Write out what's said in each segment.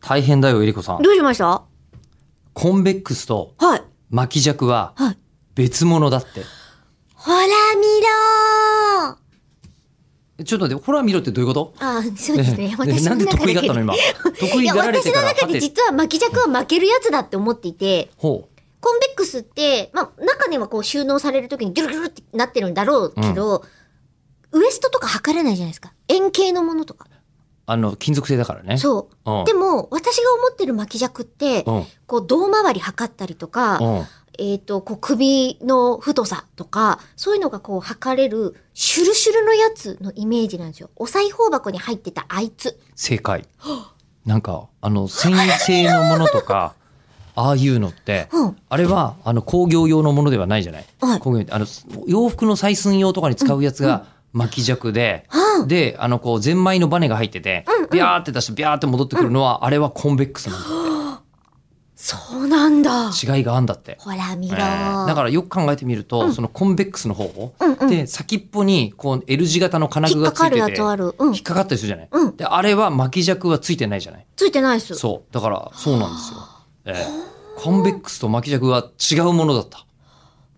大変だよ、えりこさん。どうしましたコンベックスとはい。巻き尺ははい別物だって。ほら見ろーちょっと待って、ほら見ろってどういうことあそうですね。ええ私のなんで中得意だったの 今。得い意や、がられて私かのら。中ではて実は巻き尺は負けるやつだって思っていて、ほう。コンベックスって、まあ、中にはこう収納されるときにギュルギュルってなってるんだろうけど、ウエストとか測れないじゃないですか。円形のものとか。あの、金属製だからね。そうう。んでも、私が思ってる巻き尺って、うん。こう、胴回り測ったりとか、うん。えっ、と、こう、首の太さとか、そういうのがこう、測れる、シュルシュルのやつのイメージなんですよ。お裁縫箱に入ってたあいつ。正解。なんか、あの、繊維製のものとか、 ああいうのって、うん。あれは、あの、工業用のものではないじゃない、はい工業用あの、洋服の採寸用とかに使うやつが巻き尺で、うんで、あの、こう、ゼンマイのバネが入ってて、うんうんビャーって出して、ビャーって戻ってくるのは、あれはコンベックスなんそうなんだ。だ。違いがあんだ って。ほら、見えろ、ーだからよく考えてみると、そのコンベックスの方を、うんうんで、先っぽに、こう、L 字型の金具引っがかついかるてやて、つある。うん引っ。かかったりするじゃない、うんで、あれは巻き尺はついてないじゃないついてないです。そう。だから、そうなんですよ。ええコンベックスと巻き尺は違うものだった。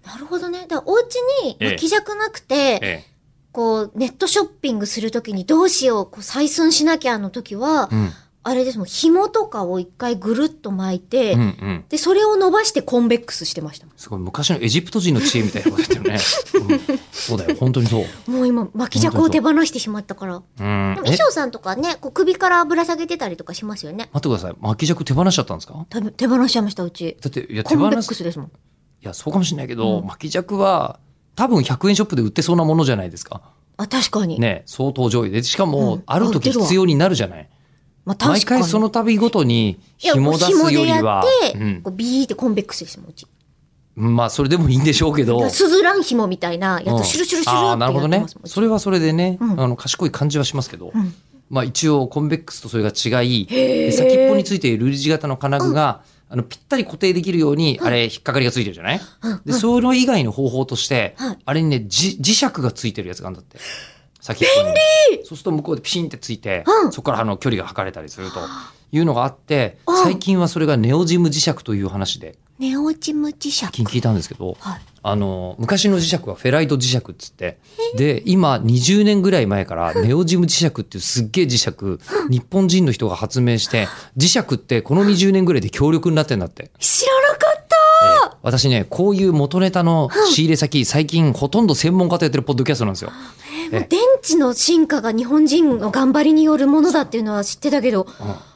なるほどね。だからお家にええ巻き尺なくて、えこう、ネットショッピングするときにどうしよう、こう、採寸しなきゃの時は、え。うん。あれですもん、紐とかを一回ぐるっと巻いて、うんうん。で、それを伸ばしてコンベックスしてましたもすごい、昔のエジプト人の知恵みたいなこと言ってるね。うんそうだよ、本当にそう。ん。もう今、巻き尺を手放してしまったから。うん。えでも、待っ衣装さんとかね、こう首からぶら下げてたりとかしますよね。てください。巻き尺手放しちゃったんですかだ多分手放しちゃいました、うち。って、いや、コ手ンベ放ックす。スですもん。いや、そうかもしれないけど、うん巻き尺は、多分100円ショップで売ってそうなものじゃないですか。あ、確かに。ね、相当上位で。しかも、うんある時あ売ってるわ必要になるじゃない。まあ、確かに。毎回その度ごとに、いや紐出すよりはこう、う紐でやって、んこうビーってコンベックスですもん、うち。まあ、それでもいいんでしょうけど。スズラン紐みたいなやうんつ、シュルシュルシあーュルなっるてほどやってねますもん。それはそれでね、うんあの賢い感じはしますけど、うんまあ一応コンベックスとそれが違い先っぽについている L 字型の金具が、あのぴったり固定できるように、あれ引っかかりがついてるじゃない、うんでそれ以外の方法として、はいあれにねじ磁石がついてるやつがあるんだって先っぽにそうすると向こうでピシンってついて、うんそこからあの距離が測れたりするというのがあって、うん最近はそれがネオジム磁石という話でネオチム磁石。聞いたんですけど、はい。あの、昔の磁石はフェライト磁石っつって、で、今20年ぐらい前からネオジム磁石っていうすっげえ磁石、日本人の人が発明して、磁石ってこの20年ぐらいで強力になってんだって。知らなかったええ私ね、こういう元ネタの仕入れ先、最近ほとんど専門家とやってるポッドキャストなんですよ。え電池の進化が日本人の頑張りによるものだっていうのは知ってたけど。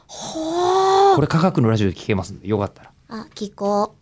これ科学のラジオで聞けますんで、よかったら。あ、聞こ